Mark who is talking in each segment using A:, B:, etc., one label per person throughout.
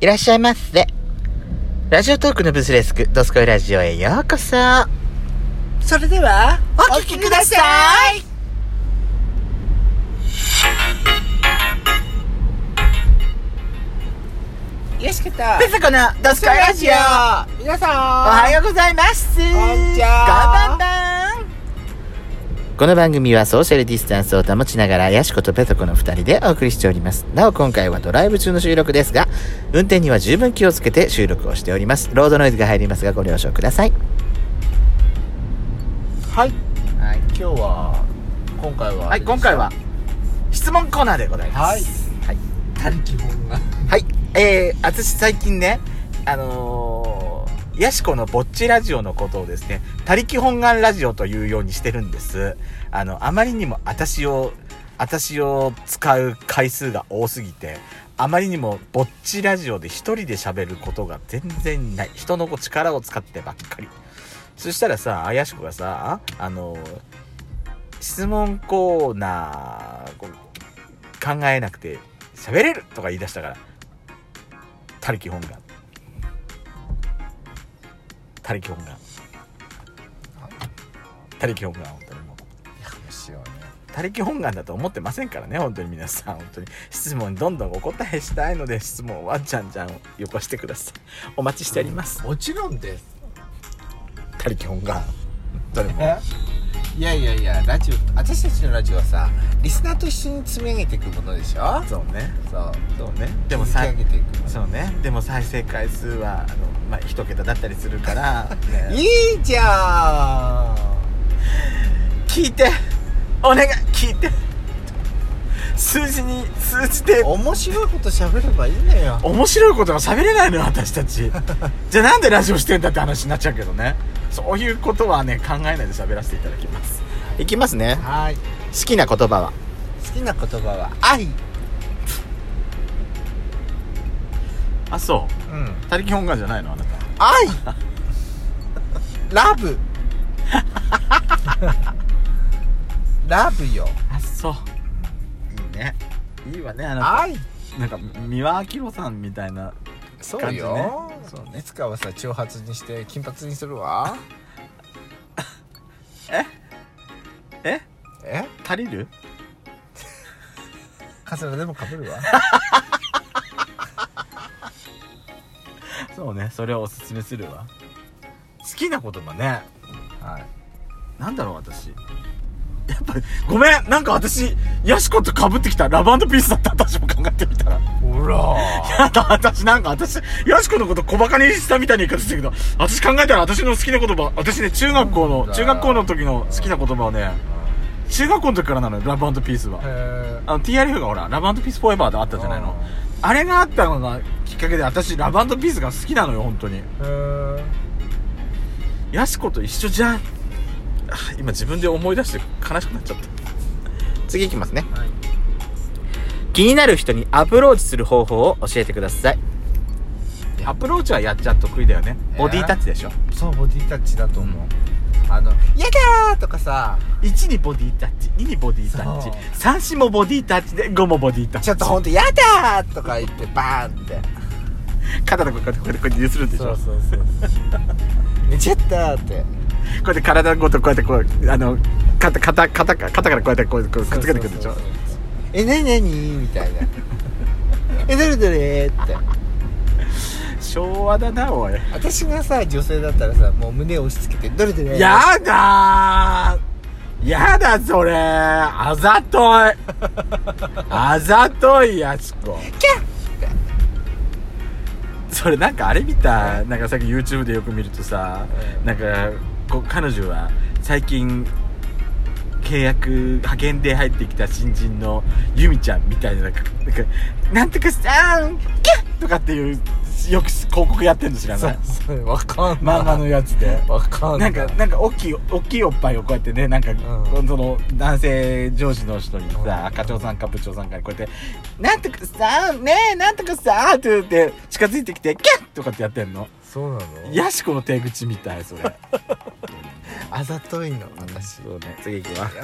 A: いらっしゃいませ。ラジオトークのブスレスク、ドスコイラジオへようこそ。
B: それでは
A: お聞きください
B: いよしかと
A: ペソコのドスコイラジオ。
B: 皆さん
A: おはようございます。こん
B: んちは
A: こんばんばん。この番組はソーシャルディスタンスを保ちながら、ヤシコとペソコの二人でお送りしております。なお今回はドライブ中の収録ですが、運転には十分気をつけて収録をしております。ロードノイズが入りますが、ご了承ください。
B: はい
A: はい。
B: 今日は今回は
A: はい、今回は質問コーナーでございます。はい。
B: 他力本が
A: はい。えー、私最近ね、あのー、ヤシコのぼっちラジオのことをですね、他力本願ラジオというようにしてるんです。あの、あまりにも私を、私を使う回数が多すぎて、あまりにもぼっちラジオで一人で喋ることが全然ない。人の力を使ってばっかり。そしたらさ、ヤシコがさ、あのー、質問コーナー、こう考えなくて喋れるとか言い出したから「他力本願」「他力本願」「他力本願」本当にもう
B: 話をね
A: 他力本願だと思ってませんからね本当に皆さん本当に質問どんどんお答えしたいので質問はじゃんじゃんよこしてくださいお待ちしております
B: もちろんです
A: 他力本願どれも
B: えいやいやいやラジオ私たちのラジオはさリスナーと一緒に積み上げていくものでしょ
A: そうね
B: そう
A: そうねでも
B: 積
A: さ
B: み上げていくもの
A: そうねでも再生回数はあの、まあ、一桁だったりする から、ね
B: いいじゃ
A: 聞いてお願い聞いて数字に数字で
B: ん面白いこと喋ればいいのよ
A: 面白いことが喋れないのよ私たちじゃあなんでラジオしてんだって話になっちゃうけどねそういうことはね考えないで喋らせていただきますいきますね
B: はい
A: 好きな言葉は
B: 好きな言葉は愛うん
A: あそう他力本願じゃないのあなた
B: 愛 ラ ブラブよ
A: あそういいねいいわねあな
B: 愛
A: たなんか三輪明宏さんみたいな
B: そうよ、
A: 感じねそうね
B: いつかはさ長髪にして金髪にするわ
A: え
B: え
A: 足りる
B: カセラでもかぶ るわ
A: そうねそれをおすすめするわ好きな言葉ね
B: はい
A: なんだろう私やっぱごめんなんか私ヤシコとかぶってきたラブピースだった私も考えてみたら
B: ほら
A: やだ私なんか私ヤシコのこと小バカにしたみたいな言い方してるけど私考えたら私の好きな言葉私ね中学校
B: なん
A: の
B: だ
A: 中学校の時の好きな言葉はね中学校の時からなのよラブピースは
B: へ
A: あの TRF がほらラブピースフォーエバーであったじゃないのあれがあったのがきっかけで私ラブピースが好きなのよ本当に
B: え
A: ヤシコと一緒じゃんあ今自分で思い出して悲しくなっちゃった次いきますね
B: はい
A: 気になる人にアプローチする方法を教えてくださいアプローチはやっちゃ得意だよね
B: えー
A: ボディタッチでしょ
B: そうボディタッチだと思う、あの「やだー!」とかさ
A: 1にボディタッチ2にボディタッチ
B: そう
A: 3もボディタッチで5もボディタッチ
B: ちょっとほんと「やだー!」とか言ってバーンって
A: 肩のこうやってこうやってこうやって揺するんでしょ
B: そうそうそう寝ちゃったーって
A: こうやって体ごとこうやってこうあの肩肩肩か肩からこうやってこうやってこうくっつけてくるでしょ
B: そうそうそうそうえなになにみたいなえどれどれって
A: 昭和だなおい
B: 私がさ女性だったらさもう胸を押し付けてどれどれ
A: やだーやだそれあざといあざといやつこ
B: キャッ
A: それなんかあれ見たなんかさっき YouTube でよく見るとさ
B: うん
A: なんかこう彼女は最近契約派遣で入ってきた新人のユミちゃんみたいななんかなんかなんとかさんキャッとかっていうよく広告やってるの知らない
B: そそれわかんない
A: 漫画のやつで
B: わかん
A: な
B: な
A: いんか、なんか、大きい、大きいおっぱいをこうやってね、なんか、
B: うん
A: その、男性上司の人にさ
B: う、ん
A: 課長さんか部長さんからこうやって、なんとかさ、ねえ、なんとかさ、って言って、近づいてきて、キャッとかってやってんの。
B: そうなの
A: ヤシコの手口みたい、それ。
B: あざといの私
A: そうね、次行きます。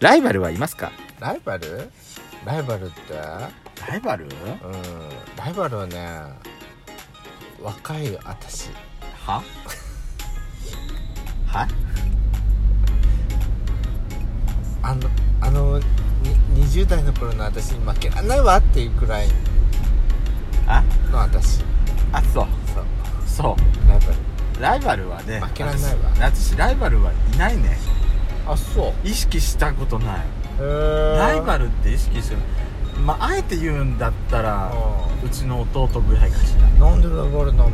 A: ライバルはいますか
B: ライバルライバルって
A: ライバル
B: うんラライバルはね若い私
A: は は
B: あのあのに20代の頃の私に負けられないわっていうくらい
A: あ
B: の私
A: あそう
B: そ
A: そ
B: うライバル
A: うライバルはね
B: 負けられないわ
A: 私私ライバルはいないね
B: あそう
A: 意識したことないライバ
B: ル
A: ルって意識するまああえて言うんだったらうちの弟ぐらいかしら
B: なんでライバルなの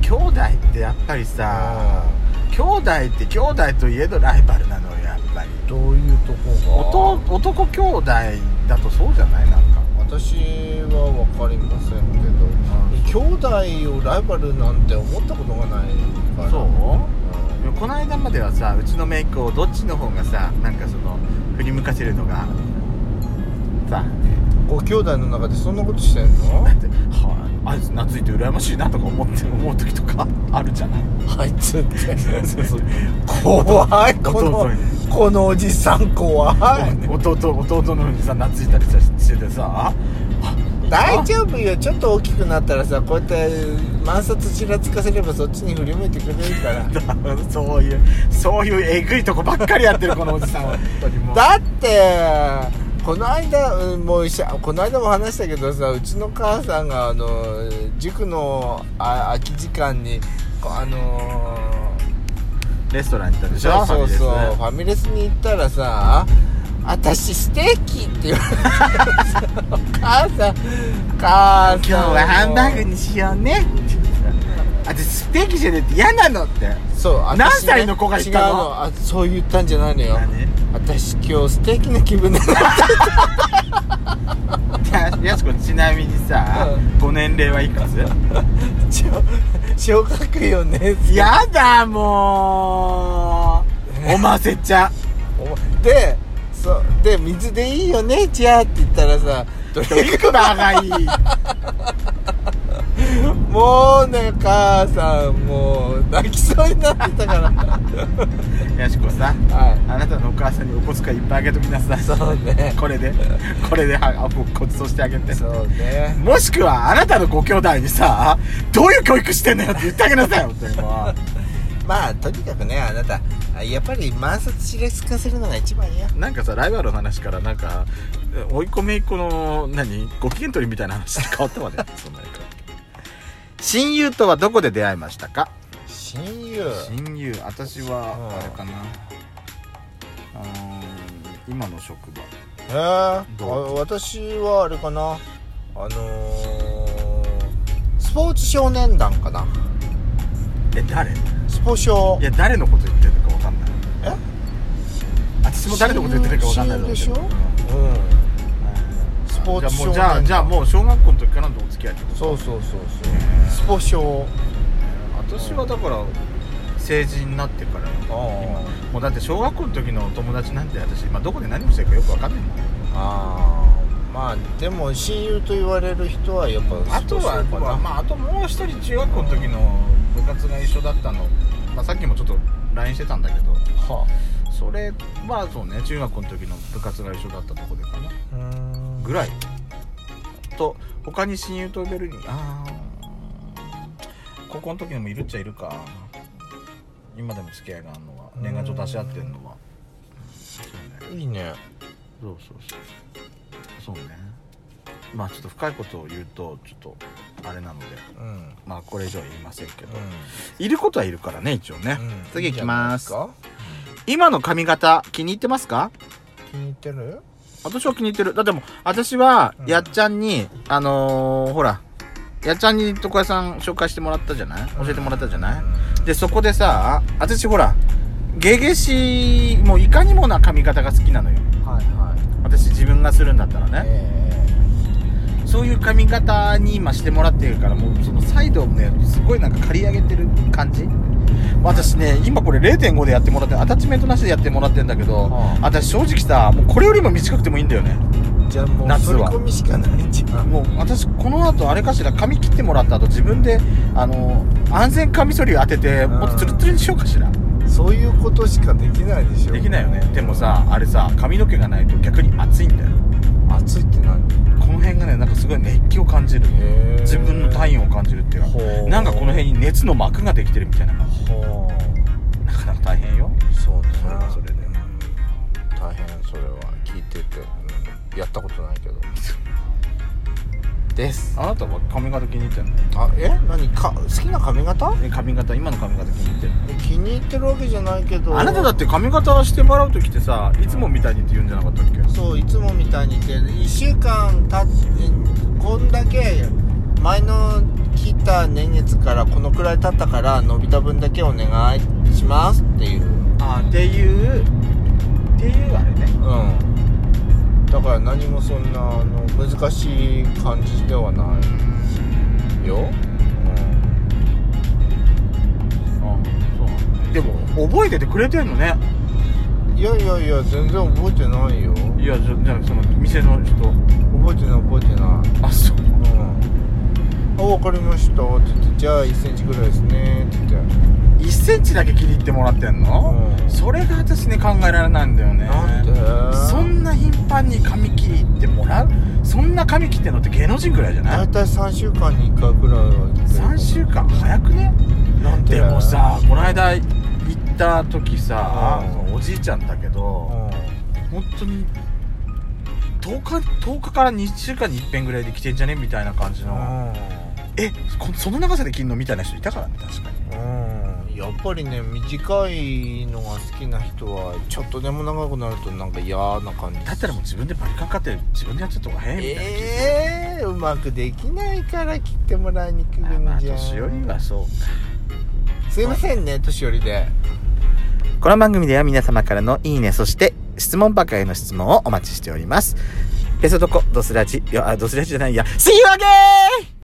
A: 兄弟ってやっぱりさ兄弟って兄弟といえどライバルなのよやっぱり
B: どういうとこ
A: 男男兄弟だとそうじゃないなんか
B: が私は分かりませんけど兄弟をライバルなんて思ったことがないから
A: そううこの間まではさうちのメイクをどっちの方がさなんかその振り向かせるのがさ
B: んご兄弟の中でそんなことしてんの
A: だってはああいつ懐いて羨ましいなとか思って思う時とかあるじゃない
B: あいつって
A: そう そう
B: 怖い
A: 弟
B: この
A: 弟に
B: このおじさん怖い
A: 弟弟のにさ懐いたりさしててさ
B: 大丈夫よちょっと大きくなったらさこうやって万札ちらつかせればそっちに振り向いてくれるから
A: 夫そういうそういうえぐいとこばっかりやってるこのおじさんは本当にもう
B: だってこの間うんもうしゃこの間も話したけどさうちの母さんがあの塾のあ空き時間にこあの
A: レストラン行ったでし
B: そ
A: ょ
B: うそうそう
A: ファミレス
B: ファミレスに行ったらさ「私ステーキ」って言われてさ母さん母さん
A: 今日はハンバーグにしようねって言ってたあでステーキじゃねえって嫌なのって
B: そう私ね
A: 何歳の子が言ったの
B: 違うのあそう言ったんじゃないのよ
A: 何
B: 私今日ステーキな気分だ
A: やすこちなみにさ、
B: うん
A: ご年齢はいくつ
B: 小学よね
A: やだもうおませちゃ
B: お前でそうで水でいいよねじゃあって言ったらさド
A: ドリンクバーが いい
B: もうね母さんもう泣きそうになってたから
A: やしこさ
B: は
A: あなたのお母さんにお小遣いいっぱいあげときなさい
B: いそうね
A: これでこれではあごちそうしてあげて
B: そうね
A: もしくはあなたのご兄弟にさどういう教育してんのよって言ってあげなさい本当 にも
B: まあとにかくねあなたあやっぱり満札しれつかせるのが一番や
A: うなんかさライバルの話からなんか追い込めっ子の何ご機嫌取りみたいな話に変わったわねそんなに 親友とはどこで出会いましたか
B: 親友
A: 親友私は
B: うん
A: あれかなあのー今の職場
B: えー、あ
A: どう
B: 私はあれかなあのー、スポーツ少年団かな
A: え誰い
B: スポ少
A: や誰のこと言ってるのかわかんない
B: え
A: 私も誰のこと言ってるかわかんないだろうけど
B: 親友でし
A: うん
B: うスポーツ
A: じゃあもうじゃあじゃあもう小学校の時からのお付き合いってこ
B: ん
A: と
B: そうそうそうそうスポ少
A: 私はだから成人になってから
B: あ
A: もうだって小学校の時のお友達なんて私今どこで何をしてるかよくわかんないもん
B: あーまあでも親友と言われる人はやっぱ
A: あとは
B: スポ少かな
A: まあ、あともう一人中学校の時の部活が一緒だったの、まあ、さっきもちょっと LINE してたんだけど
B: は
A: それはそうね中学校の時の部活が一緒だったとこでかな
B: あうーん
A: ぐらいと他に親友と呼べるにあー高校の時にもいるっちゃいるか今でも付き合いがあるのは年賀状出し合ってんのはそうね
B: いいね
A: そうそうそうそうねまあちょっと深いことを言うとちょっとあれなので
B: うんうん
A: まあこれ以上は言いませんけど、いることはいるからね一応ね、
B: うん
A: 次行きます
B: いいんじゃない
A: 今の髪型気に入ってますか
B: ですか気に入ってる
A: 私は気に入ってるだってもう私は
B: うん
A: やっちゃんに、あのーほらやっちゃんに床屋さん紹介してもらったじゃない教えてもらったじゃない、でそこでさ私ほらゲゲしもういかにもな髪型が好きなのよ
B: はいはい
A: 私自分がするんだったらね、
B: え
A: そういう髪型に今してもらってるからもうそのサイドをねすごいなんか刈り上げてる感じ私ね今これ0.5でやってもらってアタッチメントなしでやってもらってんだけど、
B: はあ
A: 私正直さもうこれよりも短くてもいいんだよね
B: ーじゃあもう
A: 夏
B: 振り
A: は
B: 込みしかないじゃん
A: もう私この後あれかしら髪切ってもらった後自分であの安全カミソリを当ててもっとツルツルにしようかしら
B: そういうことしかできないでしょ
A: できないよねでもさあれさ髪の毛がないと逆に熱いんだよ
B: 暑いって何
A: この辺がねなんかすごい熱気を感じる
B: へえ
A: 感じるっていうか
B: ほう
A: なんかこの辺に熱の膜ができてるみたいな感
B: ほ
A: じなかなか大変よ
B: うそうね
A: それはそれで
B: うん大変それは聞いてて、うんやったことない けどです
A: あなたは髪型気に入ってんの
B: あえ何か好きな髪型
A: え髪型今の髪型気に入ってる
B: 気に入ってるわけじゃないけど
A: あなただって髪型してもらう時ってさいつもみたいにって言うんじゃなかったっけ
B: そういつもみたいにって1週間たってこんだけ前の切った年月からこのくらい経ったから伸びた分だけお願いしますっていううん
A: あっていうっていうあれね
B: だから何もそんなあの難しい感じではないよ
A: あそうなんだでも覚えててくれてんのね
B: いやいやいや全然覚えてないよ覚
A: いやじゃじゃあその店の人
B: えてない覚えてない
A: あそう
B: うんあ分かりましたって言ってじゃあ1センチぐらいですねって言って
A: 1センチだけ気に入ってもらってんの、
B: うん
A: それが私ね考えられないんだよね
B: なんで
A: そんな頻繁に髪切りってもらうそんな髪切ってんのって芸能人ぐらいじゃな
B: 大
A: い
B: 体3週間に1回くらいは行ってる
A: 3週間早くね
B: なんで
A: でもさこの間行った時さ、
B: うん
A: おじいちゃんだけ
B: う
A: ど、
B: ん
A: 本当に10日10日から2週間に一遍ぐらいで来てんじゃねみたいな感じの、えこその長さで着んのみたいな人いたからね確かに
B: うんやっぱりね短いのが好きな人はちょっとでも長くなるとなんか嫌な感じ
A: だったらもう自分でバリカン買って自分でやっちゃった方が早いみたいな気がする
B: ええー、うまくできないから切ってもらいにくいんじゃん、
A: まあ年寄りはそう
B: すいませんね年寄りで
A: この番組では皆様からのいいね、そして質問ばかりの質問をお待ちしております。ペソドコ、ドスラジ、いやあドスラジじゃないや、See you again!